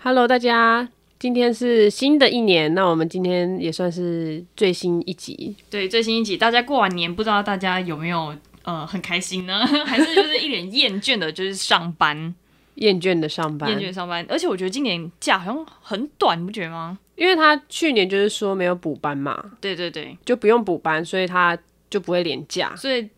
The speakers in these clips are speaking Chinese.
Hello，大家，今天是新的一年，那我们今天也算是最新一集，对，最新一集，大家过完年，不知道大家有没有呃很开心呢？ 还是就是一脸厌倦的，就是上班，厌倦的上班厌，倦上班。而且我觉得今年假好像很短，你不觉得吗？因为他去年就是说没有补班嘛，对对对，就不用补班，所以他就不会连假。所以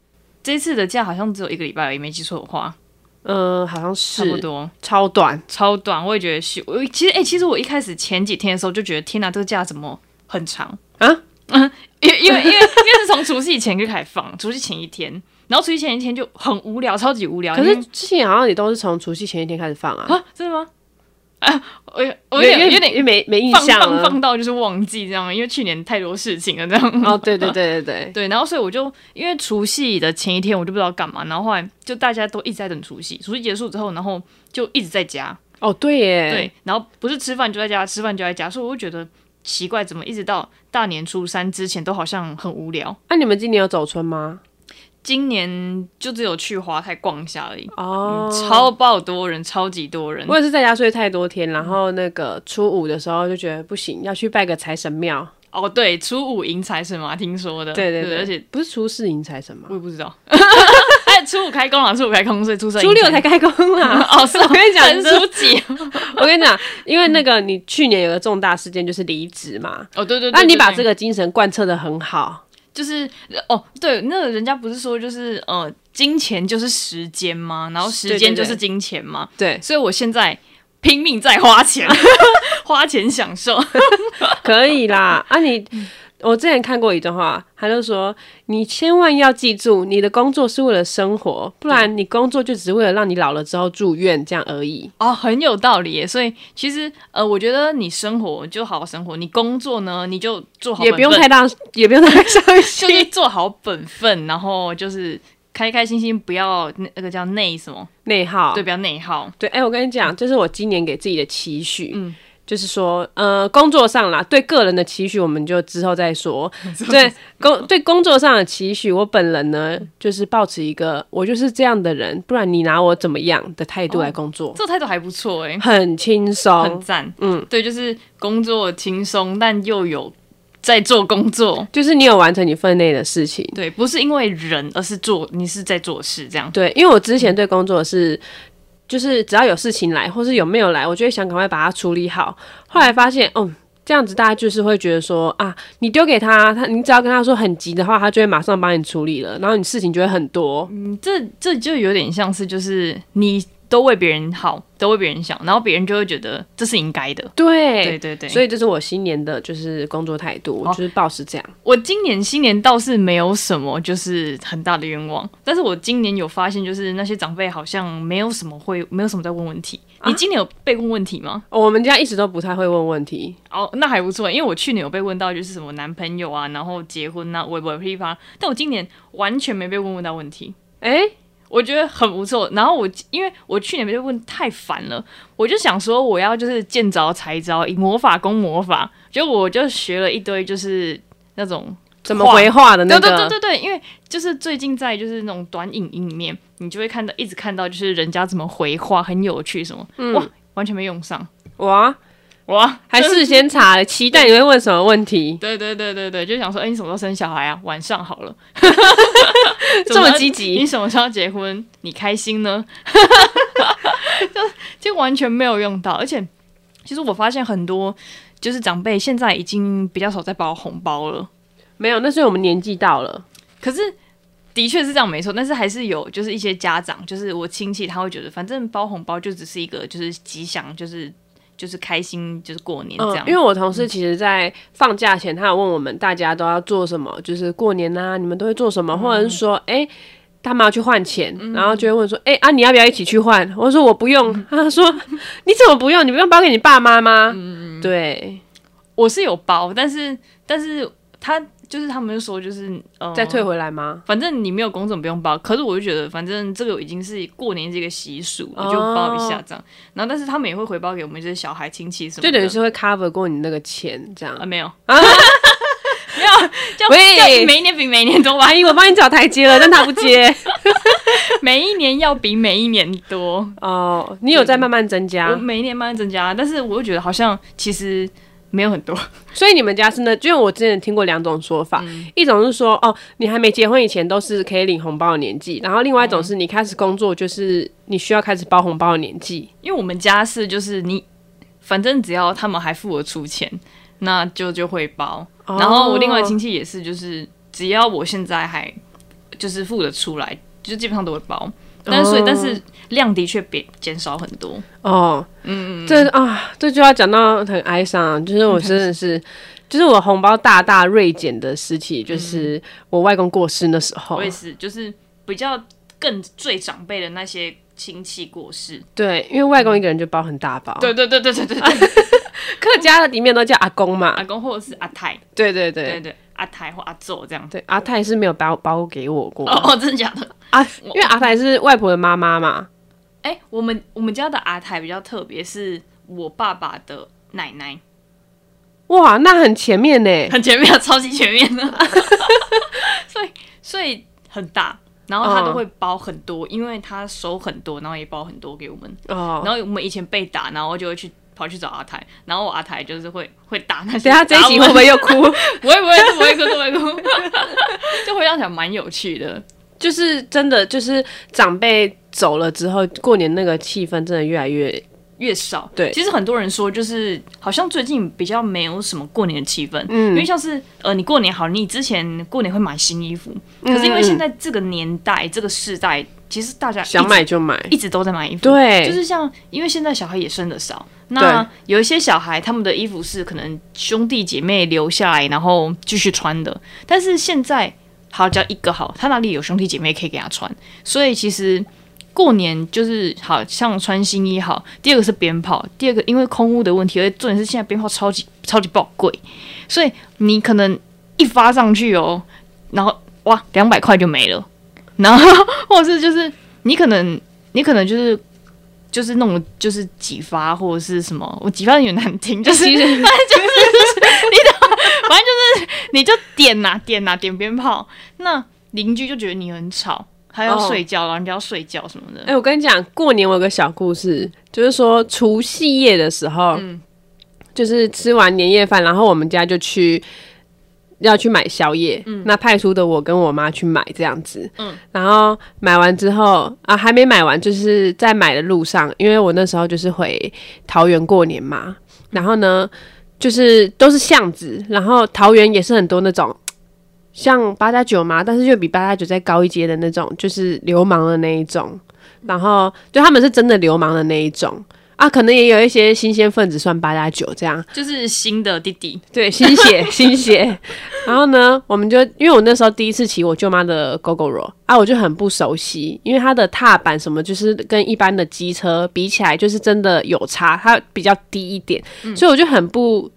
这次的假好像只有一个礼拜而已，没记错的话，嗯、好像差是不多，超短，超短。我也觉得是，我其实哎、其实我一开始前几天的时候就觉得，天哪，这个假怎么很长啊？ 因为因为因为因为是从除夕前就开始放，除夕前一天，然后除夕前一天就很无聊，超级无聊。可因是为之前好像也都是从除夕前一天开始放啊，啊，真的吗？啊，我有我有点有点因为没没印放象啊放了。放到就是忘记这样，因为去年太多事情了这样。哦，对对对对对，对，然后所以我就因为除夕的前一天我就不知道干嘛，然后后来就大家都一直在等除夕，除夕结束之后，然后就一直在家，哦对耶，对，然后不是吃饭就在家，吃饭就在家，所以我就觉得奇怪，怎么一直到大年初三之前都好像很无聊。啊那、你们今年有走春吗？今年就只有去华泰逛一下而已，哦，超爆多人，超级多人。我也是在家睡太多天，然后那个初五的时候就觉得不行，要去拜个财神庙。哦，对，初五迎财神嘛，听说的，对对对，对，而且不是初四迎财神吗我？也不知道。 哎，初五开工了，初五开工，所以初三初六迎才开工财神啦。哦，是我跟你讲，三你知道初几？ 我跟你讲，因为那个你去年有个重大事件就是离职嘛，哦，嗯对对对，那你把对这个精神贯彻的很好。就是哦，对，那个人家不是说就是呃，金钱就是时间吗？然后时对间对就对是金钱吗？对，所以我现在拼命在花钱， 花钱享受。可以啦。啊你，嗯我之前看过一段话，他就说你千万要记住，你的工作是为了生活，不嗯然你工作就只是为了让你老了之后住院这样而已。哦，很有道理耶。所以其实呃，我觉得你生活就好好生活，你工作呢你就做哦好也本不用分太大，也不用太伤就心。是做好本分，然后就是开开心心，不要那那个叫内什么，内耗， 对，不要内耗。对，哎、我跟你讲，这是我今年给自己的期许，嗯就是说，呃，工作上啦，对个人的期许，我们就之后再 说。对工对工作上的期许，我本人呢，就是保持一个我就是这样的人，不然你拿我怎么样的态度来工作，哦这态度还不错哎、很轻很松，赞。嗯，对，就是工作轻松，但又有在做工作。就是你有完成你分内的事情。对，不是因为人，而是做你是在做事这样。对，因为我之前对工作是，就是只要有事情来，或是有没有来，我就会想赶快把它处理好。后来发现，嗯，这样子大家就是会觉得说啊，你丢给他，他你只要跟他说很急的话，他就会马上帮你处理了，然后你事情就会很多。嗯，这这就有点像是就是你都为别人好，都为别人想，然后别人就会觉得这是应该的。对。对对对，所以以这是我新年的，就是工作态度，我哦就是保持这样。我今年新年倒是没有什么就是很大的愿望，但是我今年有发现，就是那些长辈好像没有什么会没有什么在问问题。你今年有被问问题吗？哦我们家一直都不太会问问题，哦，那还不错，因为我去年有被问到就是什么男朋友啊，然后结婚啊，微微批发，但我今年完全没被问问到问题，哎、我觉得很不错。然后我因为我去年被问太烦了，我就想说我要就是见招拆招，以魔法攻魔法，就我就学了一堆就是那种怎么回话的那对个？对对对对，因为就是最近在就是那种短影音里面，你就会看到一直看到就是人家怎么回话，很有趣什么，哇，完全没用上，哇，哇，还事先查了，期待你会问什么问 题，对对对对对，就想说，哎、你什么时候生小孩啊？晚上好 了，这么积极你什么时候结婚？你开心呢？ 就就完全没有用到，而且其实我发现很多就是长辈现在已经比较少在包红包了，没有，那是因为我们年纪到了。可是。的确是这样没错，但是还是有，就是一些家长，就是我亲戚，他会觉得反正包红包就只是一个，就是吉祥，就是就是开心，就是过年这样。嗯因为我同事其实，在放假前，他有问我们大家都要做什么，就是过年啊，你们都会做什么，或者嗯是说，哎、他们要去换钱，然后就会问说，哎、啊，你要不要一起去换？我说我不用，嗯他说你怎么不用？你不用包给你爸妈吗？嗯对，我是有包，但是但是他就是他们就说就是呃，再退回来吗？反正你没有工作你不用包。可是我就觉得，反正这个已经是过年这个习俗，我哦就包一下这样。然后但是他们也会回包给我们哦这些小孩亲戚什就么的，啊等于是会 cover 过你那个钱这样 啊。没有， 就喂要每一年比每一年多吧 阿，姨，我帮你找台阶了，但他不接。 每一年要比每一年多。哦，你有在慢慢增加我，每一年慢慢增加，但是我又觉得好像其实没有很多。所以你们家是呢？就像我之前听过两种说法，嗯一种是说哦，你还没结婚以前都是可以领红包的年纪，然后另外一种是你开始工作就是你需要开始包红包的年纪。因为我们家是就是你，反正只要他们还付我出钱，那就就会包。哦然后我另外亲戚也是，就是只要我现在还就是付得出来，就基本上都会包。但是所以，哦但是量的确变减少很多。哦，嗯，这啊，这就要讲到很哀伤，就是我真的 是，就是我红包大大锐减的时期，就是我外公过世那时候我，也是，就是比较更最长辈的那些亲戚过世。对，因为外公一个人就包很大包，对对对对对对对，客家的里面都叫阿公嘛阿，公或者是阿太，对对对对对阿太或阿祖这样。对，阿泰是没有包包给我过、哦哦，真的假的？啊，因为阿泰是外婆的妈妈嘛，哎、我们我们家的阿太比较特别，是我爸爸的奶奶，哇，那很前面呢，很前面，超级前面的， 所以所以很大，然后他嗯都会包很多，因为他手很多，然后也包很多给我们。哦。然后我们以前被打，然后就会去跑去找阿太，然后我阿太就是会会打那些。等一下这一集会不会又哭？不会不会不会哭不会哭， 就回想起来蛮有趣的。 就是真的，就是长辈走了之后，过年那个气氛真的越来越越少。对其实很多人说，就是好像最近比较没有什么过年的气氛，嗯，因为像是呃，你过年好，你之前过年会买新衣服，可是嗯因为现在这个年代、这个世代，其实大家一直想买就买，一直都在买衣服，对就是像因为现在小孩也生的少，那有一些小孩他们的衣服是可能兄弟姐妹留下来，然后继续穿的，但是现在好只要一个好，他哪里有兄弟姐妹可以给他穿？所以其实过年就是好像穿新衣好，第二个是鞭炮，第二个因为空屋的问题，而且重点是现在鞭炮超级超级爆贵，所以你可能一发上去哦，然后哇两百块就没了，然后或者是就是你可能你可能就是。就是那种就是几发或者是什么，我几发有点难听，就是反 正就是你懂，反正就是 你就点呐、点呐、点鞭炮，那邻居就觉得你很吵，他要哦睡觉，然后人家要睡觉什么的哎、。我跟你讲，过年我有个小故事，就是说除夕夜的时候，嗯就是吃完年夜饭，然后我们家就去要去买宵夜，那派出的我跟我妈去买这样子，嗯然后买完之后啊，还没买完，就是在买的路上，因为我那时候就是回桃园过年嗯嘛，然后呢，就是都是巷子，然后桃园也是很多那种。像八加九嘛，但是又比八加九再高一阶的那种，就是流氓的那一种。然后就他们是真的流氓的那一种啊，可能也有一些新鲜分子算八加九这样，就是新的弟弟，对，新 血新血。然后呢，我们就因为我那时候第一次骑我舅妈的 GoGo 罗啊，我就很不熟悉，因为它的踏板什么就是跟一般的机车比起来，就是真的有差，它比较低一点，所以我就很不。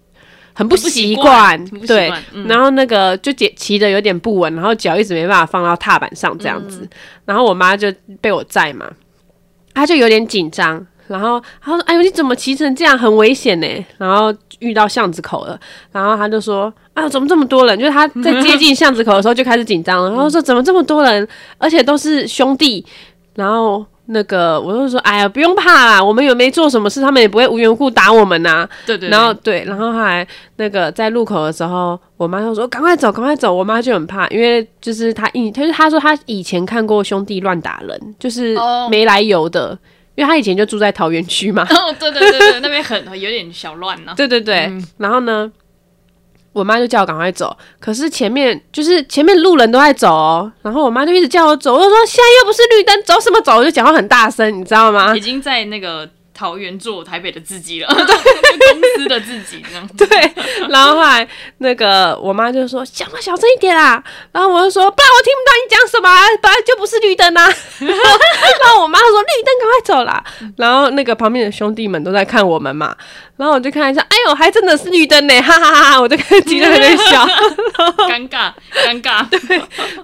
很不嗯很不习习惯惯很不，习对惯，嗯然后那个就骑骑的有点不稳，然后脚一直没办法放到踏板上这样子，然后我妈就被我载嘛，她就有点紧张，然后她说：“哎呦，你怎么骑成这样，很危险呢。”然后遇到巷子口了，然后她就说：“啊，怎么这么多人？”就是她在接近巷子口的时候就开始紧张了，然后说：“怎么这么多人？而且都是兄弟。”然后那个我就说：“哎呀，不用怕啦，我们也没做什么事，他们也不会无缘无故打我们呐、对对然后对，然后后来那个在路口的时候，我妈就说赶快走，赶快走。我妈就很怕，因为就是她以，就是她说她以前看过兄弟乱打人，就是哦没来由的因为她以前就住在桃园区 嘛。 哦，对对对对，那边很有点小乱啊呢、对对对，嗯然后呢，我妈就叫我赶快走，可是前面就是前面路人都在走哦，然后我妈就一直叫我走，我就说现在又不是绿灯，走什么走？我就讲话很大声，你知道吗？已经在那个桃园做台北的自己了， 公司的自己这样。对， 然后后来那个我妈就说：“讲话小声一点啦。”然后我就说：“不然我听不到你讲什么、啊，本来就不是绿灯啊。” 然后我妈就说：“绿灯，赶快走啦。”然后那个旁边的兄弟们都在看我们嘛，然后我就看一下，哎呦，还真的是绿灯呢，哈哈哈哈！我就开始急得有点笑。尴尬，尴尬，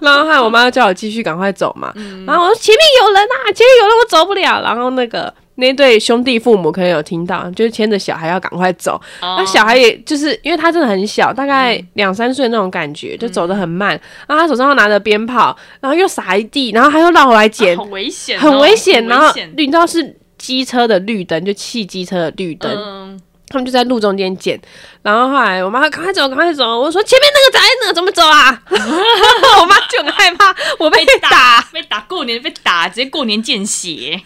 然后后来我妈就叫我继续赶快走嘛，然后我说前面有人啊，前面有人，我走不了。然后那个那对兄弟父母可能有听到，就是牵着小孩要赶快走。那小孩也就是因为他真的很小，大概两三岁那种感觉，就走得很慢。然后他手上又拿着鞭炮，然后又撒一地，然后他又绕来捡，很危险哦，很危险。然后很危你知道是机车的绿灯，就汽机车的绿灯。嗯，他们就在路中间捡，然后后来我妈说赶快走，赶快走。我说前面那个宅呢，怎么走啊？ 我妈就很害怕我被打。被打过年被打，直接过年见血。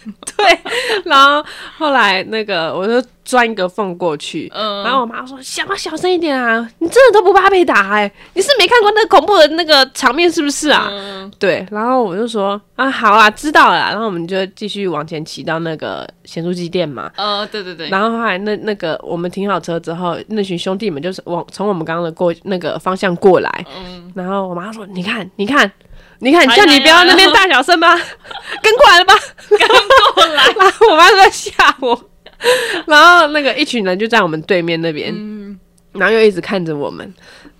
然后后来那个我就钻一个缝过去，嗯然后我妈说想要小声一点啊，你真的都不怕被打哎、你是没看过那恐怖的那个场面是不是啊？嗯，对，然后我就说啊好啊，知道了啦。然后我们就继续往前骑到那个咸酥鸡店嘛，呃，对对对，然后后来那那个我们停好车之后，那群兄弟们就是往从我们刚刚的过那个方向过来，嗯，然后我妈说：“你看，你看，你看，来叫你来不要来那边大小声 吧，跟过来了吧。”过来， 然后我妈就在吓我，然后那个一群人就在我们对面那边，嗯，然后又一直看着我们，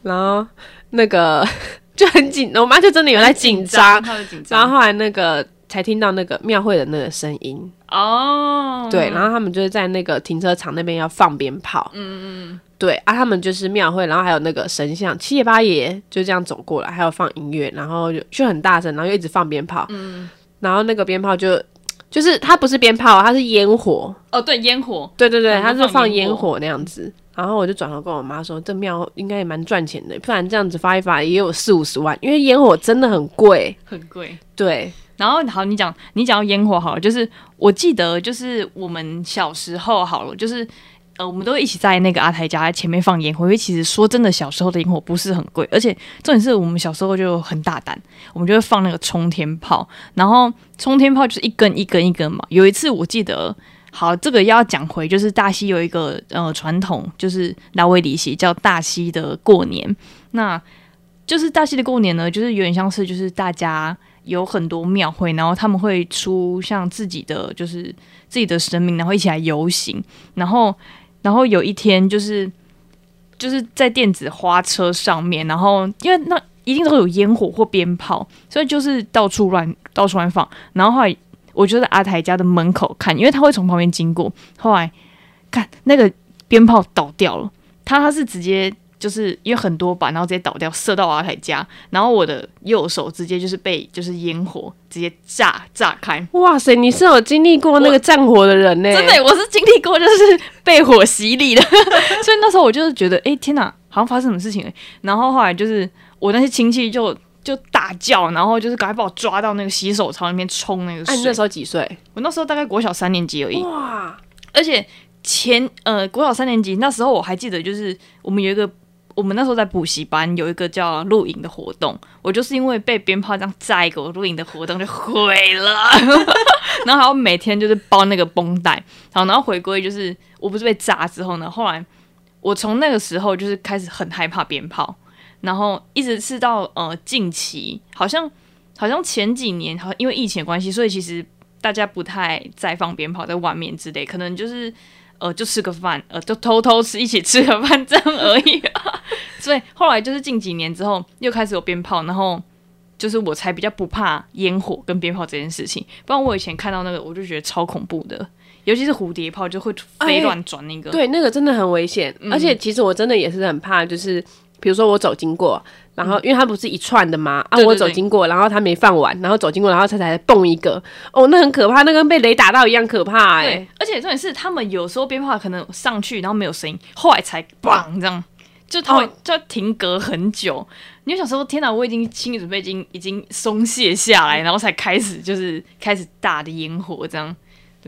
然后那个 就很紧，我妈就真的有在紧张，他的紧然后张，后来那个才听到那个庙会的那个声音，哦，对，然后他们就是在那个停车场那边要放鞭炮，嗯嗯嗯，对啊，他们就是庙会，然后还有那个神像七爷八爷就这样走过来，还有放音乐，然后就就很大声，然后又一直放鞭炮，嗯，然后那个鞭炮就就是它不是鞭炮，啊它是烟火，哦，对，烟火，对对对，嗯它是它放放烟烟火火那样子。然后我就转头跟我妈说，这庙应该也蛮赚钱的，不然这样子发一发也有四五十万，因为烟火真的很贵。很贵。对，然后好，你讲你讲到烟火好了，就是我记得就是我们小时候好了，就是呃，我们都会一起在那个阿台家前面放烟火，因为其实说真的，小时候的烟火不是很贵，而且重点是我们小时候就很大胆，我们就会放那个冲天炮，然后冲天炮就是一根一根一根嘛。有一次我记得。好，这个要讲回，就是大溪有一个呃传统，就是拉威里西叫大溪的过年。那就是大溪的过年呢，就是有点像是就是大家有很多庙会，然后他们会出像自己的就是自己的神明，然后一起来游行，然后然后有一天就是就是在电子花车上面，然后因为那一定都有烟火或鞭炮，所以就是到处乱到处乱放，然后后来我就在阿台家的门口看，因为他会从旁边经过，后来看那个鞭炮倒掉了，他他是直接。就是因为很多把，然后直接倒掉，射到阿台家，然后我的右手直接就是被就是烟火直接炸炸开，哇塞，你是有经历过那个战火的人呢、真的，我是经历过就是被火洗礼 的，所以那时候我就是觉得，哎、天哪，好像发生什么事情了。然后后来就是我那些亲戚就就大叫，然后就是赶快把我抓到那个洗手槽里面冲那个哎、水。你那时候几岁？我那时候大概国小三年级而已，哇，而且前呃国小三年级那时候我还记得，就是我们有一个我们那时候在补习班有一个叫露营的活动，我就是因为被鞭炮这样炸一个，我露营的活动就毁了， 然后还要每天就是包那个绷带，然后然后回归就是我不是被炸之后呢，后来我从那个时候就是开始很害怕鞭炮，然后一直是到呃近期好像。好像前几年，好像因为疫情的关系，所以其实大家不太再放鞭炮在外面之类，可能就是呃就吃个饭，呃就偷偷吃一起吃个饭这样而已、啊所以后来就是近几年之后又开始有鞭炮，然后就是我才比较不怕烟火跟鞭炮这件事情。不然我以前看到那个我就觉得超恐怖的，尤其是蝴蝶炮就会飞乱转那个。对，那个真的很危险，嗯而且其实我真的也是很怕，就是比如说我走经过，然后因为它不是一串的嘛，啊，嗯对对我走对经过，然后它没放完，然后走经过，然后它才蹦一个，哦，那很可怕，那跟被雷打到一样可怕哎、对，而且重点是他们有时候鞭炮可能上去然后没有声音，后来才砰这样，就他会、哦就停格很久。你就想说，天哪，我已经心理准备已经已经松懈下嗯来，然后才开始就是开始大的烟火这样。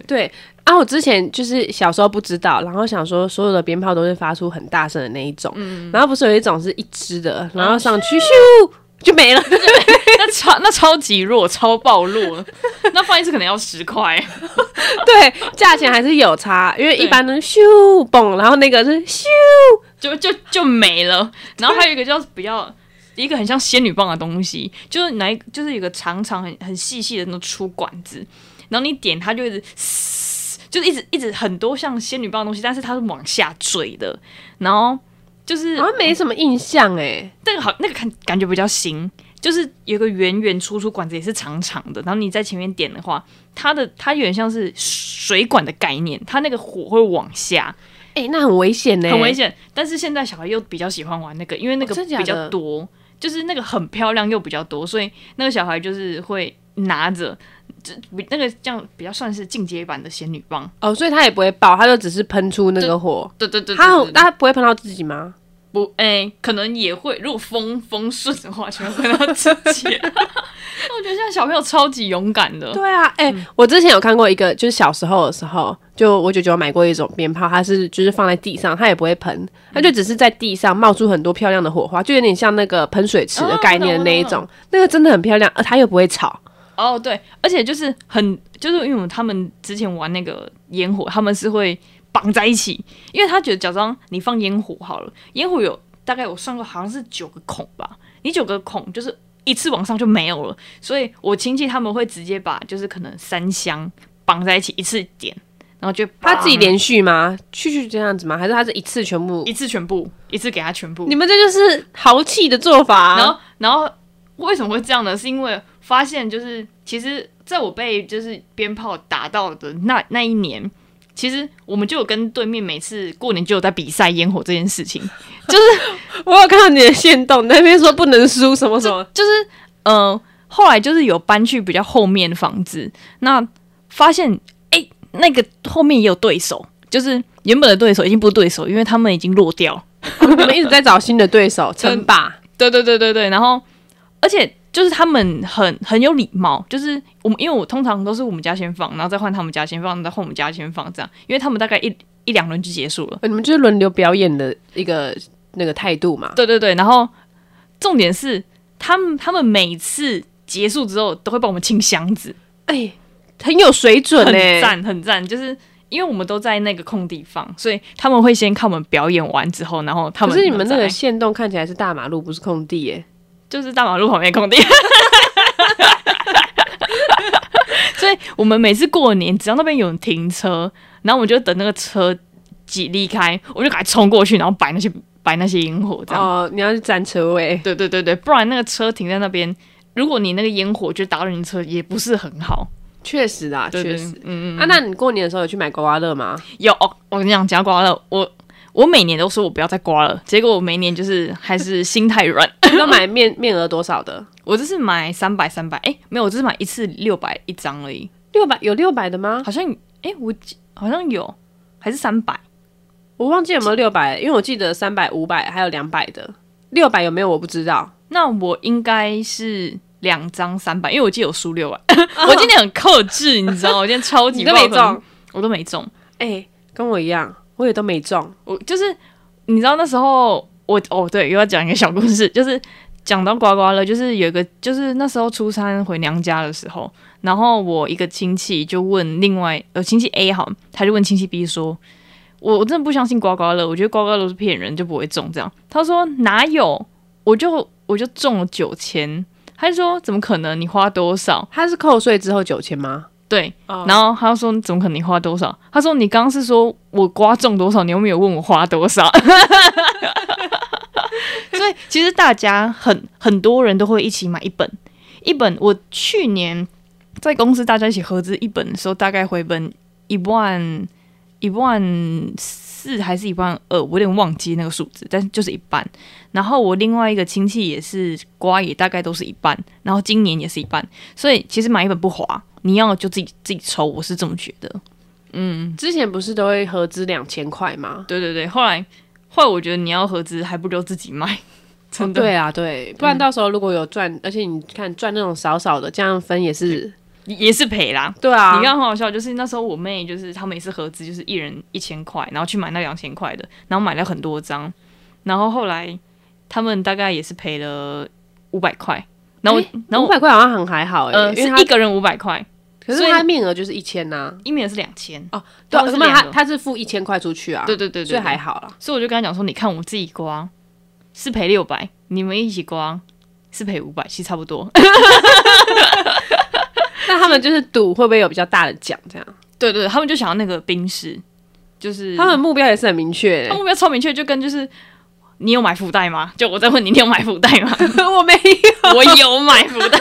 对啊，我之前就是小时候不知道，然后想说所有的鞭炮都是发出很大声的那一种，嗯然后不是有一种是一支的，然后上哦去咻就没了， 那超那超级弱，超暴弱，那放一次可能要十块。对，价钱还是有差，因为一对般都是咻蹦，然后那个是咻，就就就没了。然后还有一个叫比较一个很像仙女棒的东西，就是拿一就是有个长长很很细细的那种粗管子，然后你点它就一直嘶，就是一直一直很多像仙女棒的东西，但是它是往下坠的，然后就是啊好像没什么印象哎、那个好那个感感觉比较新。就是有个圆圆粗粗管子也是长长的，然后你在前面点的话，它的它有点像是水管的概念，它那个火会往下，哎、那很危险呢、很危险。但是现在小孩又比较喜欢玩那个，因为那个哦真假的比较多，就是那个很漂亮又比较多，所以那个小孩就是会拿着。这比那个这样比较算是进阶版的仙女棒，哦，所以他也不会爆，他就只是喷出那个火。对对对他他很他不会喷到自己吗？不哎、可能也会，如果风风顺的话，全部到自己。 我觉得现在小朋友超级勇敢的，对啊，哎、嗯我之前有看过一个，就是小时候的时候，就我舅舅买过一种鞭炮，它是就是放在地上，它也不会喷，它嗯就只是在地上冒出很多漂亮的火花，就有点像那个喷水池的概念的那一种，那个真的很漂亮，呃，它又不会吵。哦，对，而且就是很，就是因为他们之前玩那个烟火，他们是会绑在一起，因为他觉得假装你放烟火好了，烟火有大概我算过好像是九个孔吧，你九个孔就是一次往上就没有了，所以我亲戚他们会直接把就是可能三箱绑在一起一次点，然后就他自己绑连续吗？去去这样子吗？还是他是一次全部？哦一次全部，一次给他全部，你们这就是豪气的做法、啊然后，然后为什么会这样呢？是因为发现就是，其实在我被就是鞭炮打到的那那一年，其实我们就有跟对面每次过年就有在比赛烟火这件事情，我有看到你的线动，你那边说不能输什么什么，就是嗯、呃后来就是有搬去比较后面的房子，那发现哎、那个后面也有对手，就是原本的对手已经不是对手，因为他们已经落掉了。你们一直在找新的对 手称霸。对对对对对，然后而且就是他们很很有礼貌，就是我们因为我通常都是我们家先放，然后再换他们家先放，再换我们家先放这样，因为他们大概一一两轮就结束了。你们就是轮流表演的一个那个态度嘛？对对对，然后重点是他们他们每次结束之后都会帮我们清箱子，哎、很有水准欸呢、很赞很赞，就是。因为我们都在那个空地放，所以他们会先看我们表演完之后，然后他们可是你们那再来个线洞看起来是大马路，不是空地耶、就是大马路旁边空地。 所以我们每次过年，只要那边有人停车，然后我就等那个车挤离开，我就赶快冲过去，然后摆那些摆那些烟火这样。哦，你要去占车位，对对对对，不然那个车停在那边，如果你那个烟火就打到你的车，也不是很好。确实啊，对确对实。嗯嗯，啊，那你过年的时候有去买刮刮乐 吗？有哦，我跟你讲，讲到刮乐，我我每年都说我不要再刮了，结果我每年就是还是心太软。要买面面额多少的？我这是买三百三百，哎，没有，我这是买一次六百一张而已。六百有六百的吗？好像哎、我记好像有，还是三百？我忘记有没有六百，因为我记得三百、五百还有两百的，六百有没有我不知道。那我应该是两张三百，因为我记得有输六百。 我今天很克制，你知道吗，我今天超级哦你都没暴躁中，我都没中。哎、跟我一样，我也都没中。我就是你知道那时候我哦对，又要讲一个小故事，就是讲到刮刮乐，就是有一个就是那时候初三回娘家的时候，然后我一个亲戚就问另外呃亲戚 A 好，他就问亲戚 B 说。我我真的不相信刮刮乐，我觉得刮刮乐是骗人，就不会中这样。他说哪有，我就我就中了九千。他就说怎么可能？你花多少？它是扣税之后九千吗？对，哦然后他就说：“怎么可能你花多少？”他说：“你刚刚是说我刮中多少，你又没有问我花多少。” 所以其实大家很很多人都会一起买一本一本。我去年在公司大家一起合资一本的时候，大概回本一万一万四还是一万二，我有点忘记那个数字，但是就是一半。然后我另外一个亲戚也是刮，也大概都是一半，然后今年也是一半。所以其实买一本不划，你要就自己自己抽，我是这么觉得。之前不是都会合资两千块吗？对对对，后来后来我觉得你要合资，还不如自己买， 真的。对啊，对，不然到时候如果有赚，而且你看赚那种少少的，这样分也是也是赔啦。对啊。你看很好笑，就是那时候我妹就是他们也是合资，就是一人一千块，然后去买那两千块的，然后买了很多张，然后后来他们大概也是赔了五百块，然后我、然五后我百块好像很还好哎、哎呃因为是它一个人五百块，可是所以它面额就是一千呐。一面是两千，哦，对啊对，是那两它个它是付一千块出去啊，对对对对所以还对好啦。所以我就跟他讲说，你看我自己刮是赔六百，你们一起刮是赔五百，其实差不多。那他们就是赌会不会有比较大的奖这样？对对，他们就想要那个冰室，就是嗯他们目标也是很明确、他欸，目标超明确，就跟就是你有买福袋吗？就我在问你，你有买福袋 吗？我没有，我有买福袋。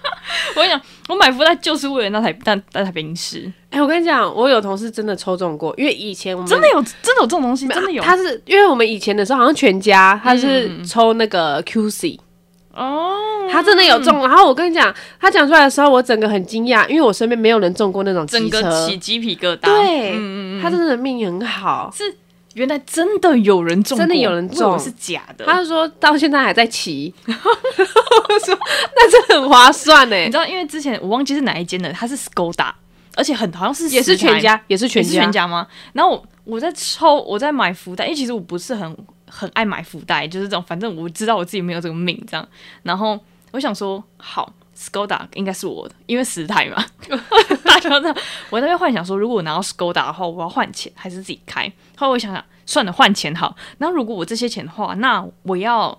我想，我买福袋就是为了那台那那台冰室，哎、我跟你讲，我有同事真的抽中过，因为以前我们真的有，真的有这种东西，真的嗯有。嗯他是因为我们以前的时候好像全家他是抽那个 QC，、哦，他真的有中。然后我跟你讲，他讲出来的时候，我整个很惊讶，因为我身边没有人中过那种整汽车。个起鸡皮疙瘩。对，嗯嗯嗯，他真的命很好。是原来真的有人中过，真的有人中我以为是假的。他说到现在还在 骑，我说那真的很划算欸呢你，知道，因为之前我忘记是哪一间的，它是 Skoda，而且很好像是也是十台全家，也是全也是家，全家吗？然后我我在抽，我在买福袋，因为其实我不是很很爱买福袋，就是这种，反正我知道我自己没有这个命这样。然后我想说，好，Skoda 应该是我的，因为十台嘛， 大家都知道。我在那边幻想说，如果我拿到 Skoda 的话，我要换钱还是自己开？后来我想想，算了，换钱好。然后如果我这些钱的话，那我要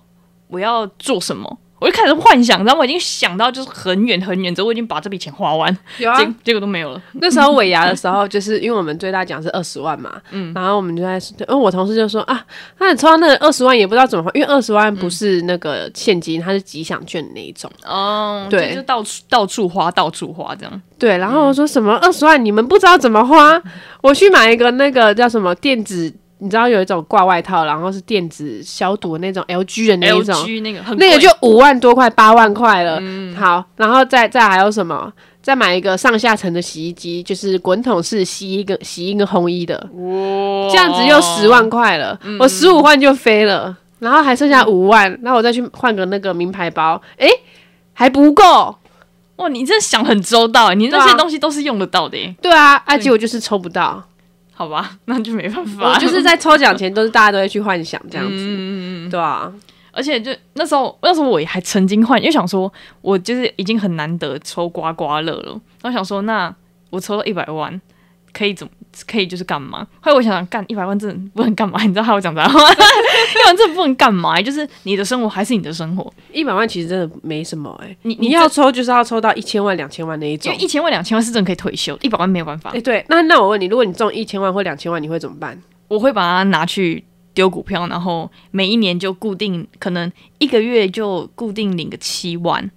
我要做什么？我就开始幻想，然后我已经想到就是很远很远之后，我已经把这笔钱花完，有啊结结果都没有了。那时候尾牙的时候，就是因为我们最大奖是二十万 嘛，嗯然后我们就在，因为我同事就说啊，那你抽到那二十万也不知道怎么花，因为二十万嗯不是那个现金，它是吉祥券那一种。哦，对就就到处到处花，到处花这样。对，然嗯后我说什么二十万你们不知道怎么花，我去买一个那个叫什么电子，你知道有一种挂外套，然后是电子消毒的那种 LG 的那一种， LG 那个很那个贵嗯就五万多块、八万块了。好，然后再再还有什么？再买一个上下层的洗衣机，就是滚筒式洗一个洗一个烘衣的，哇嗯这样子又十万块了，我十五万就飞了，然后还剩下五万，那我再去换个那个名牌包，诶，还不够。哇！你这想很周到，欸你那对些啊东西都是用得到的耶，欸对啊，啊，结果就是抽不到，好吧？ 那就没办法。 我就是在抽奖前都是大家都会去幻想这样子，嗯，嗯嗯嗯对啊，而且就那时候，那时候我也还曾经换，因为想说，我就是已经很难得抽刮刮乐了，然后想说，那我抽到一百万，可以怎么？可以就是干嘛？后来我想想，干一百万真的不能干嘛？你知道害我讲啥话？ 一百万真的不能干嘛？就是你的生活还是你的生活，一百万其实真的没什么诶，你你你要抽就是要抽到一千万、两千万那一因种为。一千万、两千万是真的可以退休，一百万没有办法哎、。对，那那我问你，如果你中一千万或两千万，你会怎么办？我会把它拿去丢股票，然后每一年就固定，可能一个月就固定领个七万。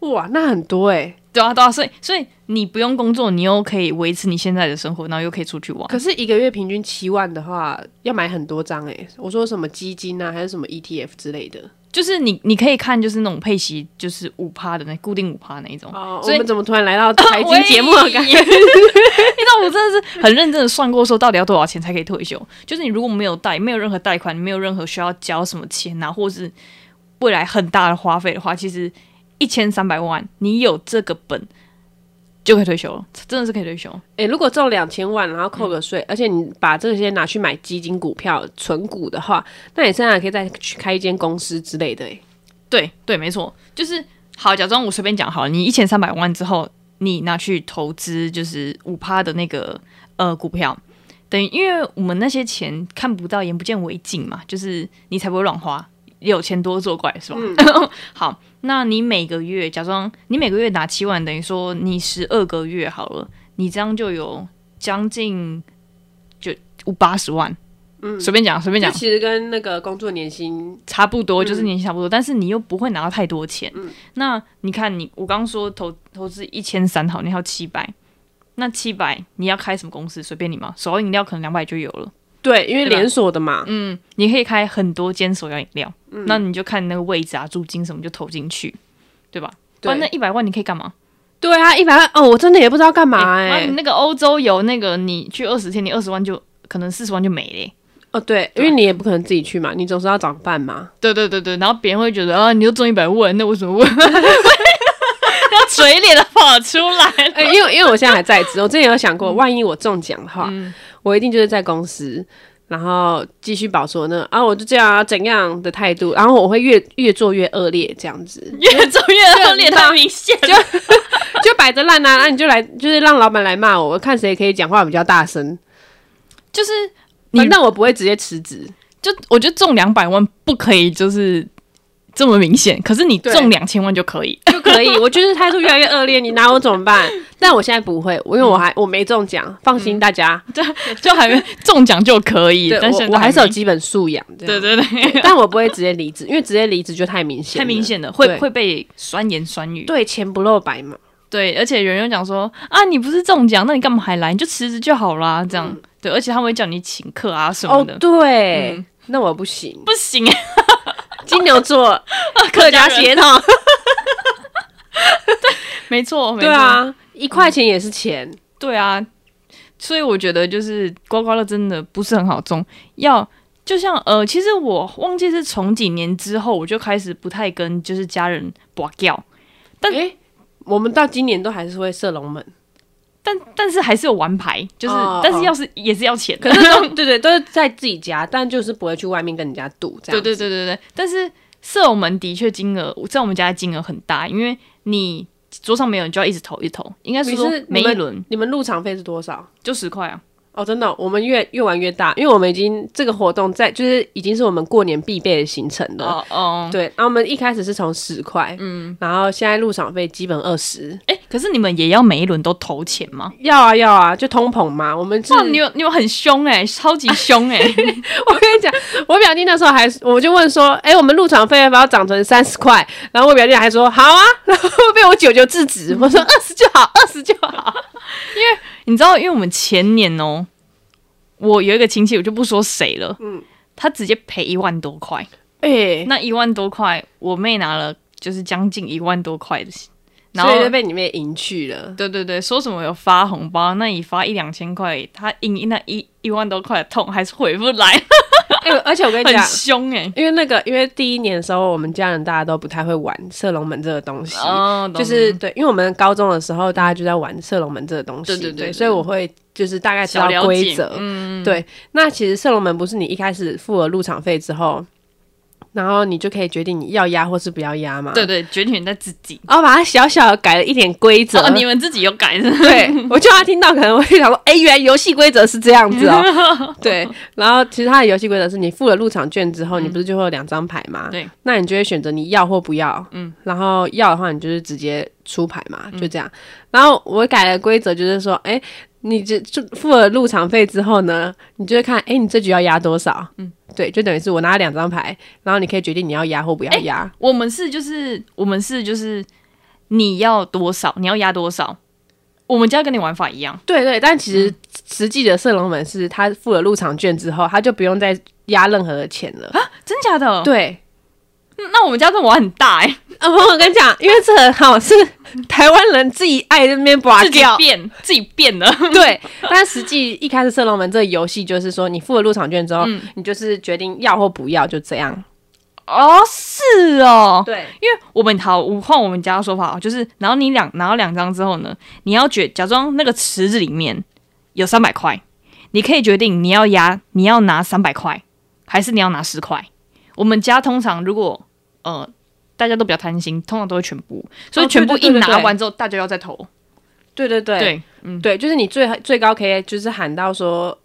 哇，那很多哎、对啊，对啊，所以所以你不用工作，你又可以维持你现在的生活，然后又可以出去玩。可是一个月平均七万的话，要买很多张哎、我说什么基金啊，还是什么 ETF 之类的。就是你你可以看，就是那种配息，就是五趴的那固定五趴那一种。哦，所以我们怎么突然来到财 经节目了？喂 啊你知道我真的是很认真的算过，说到底要多少钱才可以退休？就是你如果没有贷，没有任何贷款，没有任何需要交什么钱啊，或是未来很大的花费的话，其实一千三百万，你有这个本就可以退休了，真的是可以退休。哎、如果中两千万，然后扣个税，而且你把这些拿去买基金、股票、存股的话，那你现在可以再去开一间公司之类的、欸。对对，没错，就是好，假装我随便讲好了，你一千三百万之后，你拿去投资就是五趴的那个呃股票，等于因为我们那些钱看不到，眼不见为净嘛，就是你才不会乱花，有钱多作怪是吧？ 好，那你每个月假装你每个月拿七万，等于说你十二个月好了，你这样就有将近就五八十万，嗯，随便讲随便这讲，其实跟那个工作年薪，差不多，就是年薪差不多，但是你又不会拿到太多钱。那你看你，我刚刚说投投资一千三好，你还有七百，那七百你要开什么公司？随便你嘛，手摇饮料可能两百就有了。对，啊因为对吧连锁的嘛，嗯，你可以开很多间手摇饮料，那你就看那个位置啊、租金什么就投进去，对吧？对反正一百万你可以干嘛？对啊，一百万哦，我真的也不知道干嘛哎、欸妈你那个欧洲游那个，你去二十天，你二十万就可能四十万就没了欸、哦，对，因为你也不可能自己去嘛，你总是要找伴 嘛。对对对对，然后别人会觉得啊，你就中一百万，那为什么问？要嘴脸的跑出来了。哎、因为因为我现在还在职，我之前有想过，万一我中奖的话，我一定就是在公司，然后继续保持我那啊，我就这样啊，怎样的态度，然后我会越越做越恶劣这样子， 越走越恶劣，太明显了。就摆着烂啊，那、你就来，就是让老板来骂我，我看谁可以讲话比较大声，就是你反正我不会直接辞职。就我觉得中两百万不可以，就是这么明显，可是你对中两千万就可以。就可以。我觉得态度越来越恶劣，你拿我怎么办？ 但我现在不会，我因为嗯我还我没中奖，放心大家。就还没中奖就可以，对嗯但是我我还是有没基本素养的，对对对， 但我不会直接离职，因为直接离职就太明显，太明。显了，会对会被酸言酸语。对，钱不露白嘛。对，而且有人又讲说啊，你不是中奖，那你干嘛还来？你就辞职就好啦，这样。对，而且他们会叫你请客啊什么哦的，，对，嗯那我不行。不行哎，金牛 座客家血统，没错，没错 对，啊，一块钱也是钱。对啊。所以我觉得就是刮刮乐真的不是很好中，要就像呃，其实我忘记是从几年之后，我就开始不太跟就是家人刮掉，但哎、我们到今年都还是会射龙门， 但但是还是有玩牌，就是、哦但是哦要是也是要钱，可是都 对对都是在自己家，但就是不会去外面跟人家赌这样对子。对对对对，但是射我们的确金额在我们家的金额很大，因为你桌上没有，你就要一直投一直投，应该是你说是你每一们轮你们入场费是多少？就十块啊。哦，真的哦、我们越越玩越大，因为我们已经这个活动在就是已经是我们过年必备的行程了。哦哦，对，然后我们一开始是从十块，嗯，然后现在入场费基本二十。哎、可是你们也要每一轮都投钱吗？要啊要啊，就通膨嘛。我们是，哇，你有你有很凶哎、超级凶哎、 我跟你讲，我表弟那时候还，我就问说，哎、我们入场费要不要涨成三十块？然后我表弟还说好啊，然后被我舅舅制止，我说二十就好，二十就好。你知道，因为我们前年哦、我有一个亲戚，我就不说谁了，嗯，他直接赔一万多块， 哎、那一万多块，我妹拿了就是将近一万多块的，然后所以就被你妹赢去了。对对对，说什么有发红包，那你发一两千块，他硬那一一万多块的痛还是回不来，哎、而且我跟你很讲。凶哎、因为那个，因为第一年的时候，我们家人大家都不太会玩射龙门这个东西，哦，懂就是对，因为我们高中的时候大家就在玩射龙门这个东西，对对对对所以我会就是大概知道小了解规则。嗯，对。那其实射龙门不是你一开始付了入场费之后，然后你就可以决定你要压或是不要压嘛。对。对，决定权在自己。然后把它小小的改了一点规则，哦，你们自己有改是吗？ 对我就他听到可能会想说，哎、原来游戏规则是这样子哦。 对，然后其实它的游戏规则是你付了入场券之后，你不是就会有两张牌嘛？对，那你就会选择你要或不要。嗯，然后要的话，你就是直接出牌嘛，就这样。然后我改的规则就是说，哎、你这就付了入场费之后呢，你就会看，哎、你这局要压多少？嗯，对，就等于是我拿了两张牌，然后你可以决定你要压或不要压。我们是就是我们是就是你要多少，你要压多少，我们家跟你玩法一样。对对，但其实实际的射龙门是他付了入场券之后，他就不用再压任何的钱了。真假的？对，嗯那我们家这玩很大哎、啊，不，我跟你讲，因为这很好是台湾人自己爱那边拔自己掉。变，自己变的。 对，但实际一开始射龙门这个游戏就是说，你付了入场券之后，你就是决定要或不要，就这样。哦，是哦，对，因为我们好，我换我们家的说法哦，就是，然后你两拿到两张之后呢，你要决假装那个池子里面有三百块，你可以决定你要压，你要拿三百块，还是你要拿十块。我们家通常如果呃大家都比较贪心，通常都会全部，所以哦对全部对对一对拿对完之后，大家要再投。对对对对，对，就是你最最高可以就是喊到说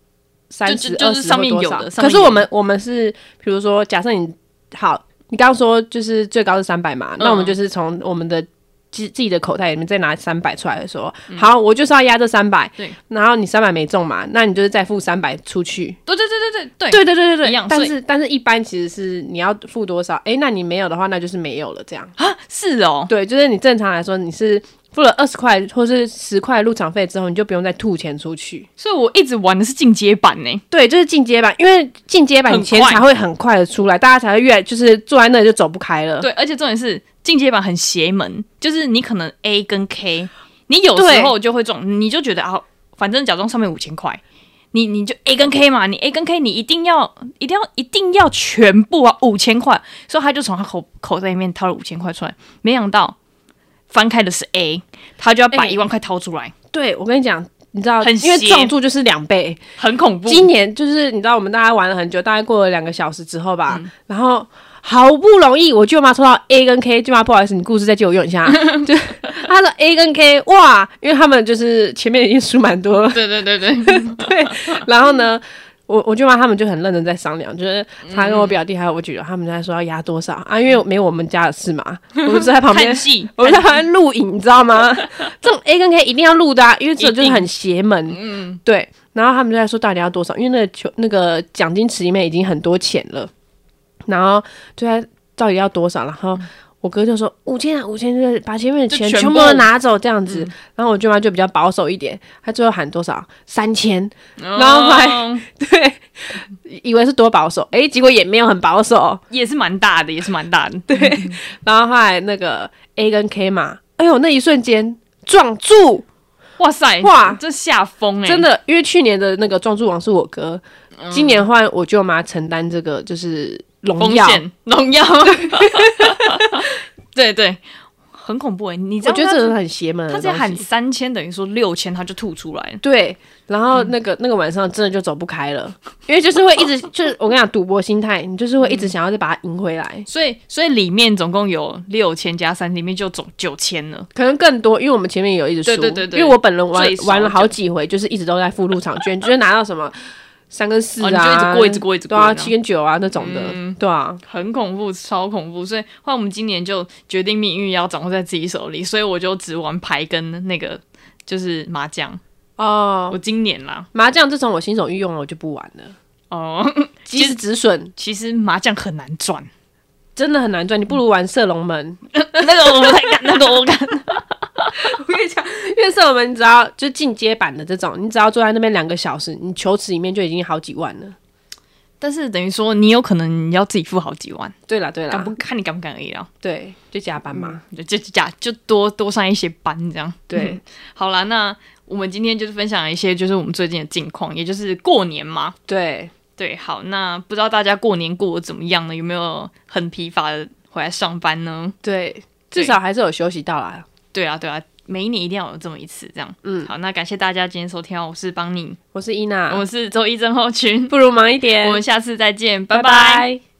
三就十，就是上面有的上可面是有我的们我们是，比如说，假设你好，你刚刚说就是最高是三百嘛，那我们嗯就是从我们的。自自己的口袋里面再拿三百出来说，好，我就是要压这三百，嗯对，然后你三百没中嘛，那你就是再付三百出去，对对对对对对，对对对对对一样，但所以是但是一般其实是你要付多少，诶，那你没有的话，那就是没有了，这样，是哦，对，就是你正常来说你是付了二十块或是十块入场费之后，你就不用再吐钱出去，所以我一直玩的是进阶版欸呢。对，就是进阶版，因为进阶版很你钱快才会很快的出来，大家才会越来就是坐在那里就走不开了。对，而且重点是进阶版很邪门，就是你可能 A 跟 K，你有时对候就会中，你就觉得啊，反正假装上面五千块，你你就 A 跟 K 嘛，你 A 跟 K 你一定要一定要一定要全部啊五千块，所以他就从他口口袋里面掏了五千块出来，没想到翻开的是 A，他就要把哎一万块掏出来，对，我跟你讲，你知道，很因为邪撞柱就是两倍。很恐怖。今年就是你知道，我们大家玩了很久，大概过了两个小时之后吧，嗯然后好不容易我舅妈抽到 A 跟 K，舅妈不好意思，你故事再借我用一下。啊 就她说 A 跟 K，哇，因为他们就是前面已经输蛮多了， 对对对对，对，然后呢，我我舅妈他们就很认真在商量，就是他跟我表弟还有我舅舅他们在说要压多少啊，因为没我们家的事嘛，我就在旁边看戏，我们在旁边录影，你知道 吗？这种 A 跟 K 一定要录的、啊，因为这种就是很邪门。嗯，对。然后他们就在说到底要多少，因为那个球那个奖金池里面已经很多钱了，然后就在到底要多少，然后。我哥就说五千啊，五千，就是把前面的钱就全全部部都拿走这样子。然后我舅妈就比较保守一点，她最后喊多少？三千。然然后还 哦对，以为是多保守，诶，结果也没有很保守。也是蛮大的，也是蛮大的。对，然后后来那个 A 跟 K 嘛，哎呦，那一瞬间撞柱，哇塞，哇这下风哎、真的，因为去年的那个撞柱王是我哥，嗯今年换我舅妈承担这个就是荣风耀。险，荣耀。对 对，很恐怖哎、你知我道觉得他这个很邪门的他东西，在喊三千，等于说六千，他就吐出来了。对，然后嗯那个、那个晚上真的就走不开了，因为就是会 一直就是我跟你讲赌博心态，你就是会一直想要再把它赢回来，所以，所以里面总共有六千加三，里面就总九千了。可能更多，因为我们前面有一直输，对对对对因为我本人玩最少玩了好几回，就是一直都在附入场券，就是拿到什么三跟四哦你就一啊，直过，一直过，一直对过，啊，这样七跟九啊那种的，对啊，很恐怖，超恐怖。所以，后来我们今年就决定命运要掌握在自己手里，所以我就只玩牌跟那个就是麻将。哦，我今年啦，麻将这种我新手御用了，我就不玩了，哦， 及时止损其实麻将很难赚， 真的很难赚，你不如玩射龙门。那个我不太敢，那个我敢。 我跟你讲，因为射龙门你只要就进阶版的这种，你只要坐在那边两个小时，你球池里面就已经好几万了。但是等于说，你有可能要自己付好几万，对啦，嗯对啊敢啦不，看你敢不敢而已啦。对，就加班嘛。就就假就多多上一些班这样。对，好啦，那我们今天就是分享一些就是我们最近的近况，也就是过年嘛。对，对，好，那不知道大家过年过得怎么样呢？有没有很疲乏的回来上班呢？对，至少还是有休息到啦。对啊，对啊，每一年一定要有这么一次这样。嗯，好，那感谢大家今天收听哦，我是邦尼，我是伊娜，我是周一症候群， 不如忙一点，我们下次再见，拜拜拜拜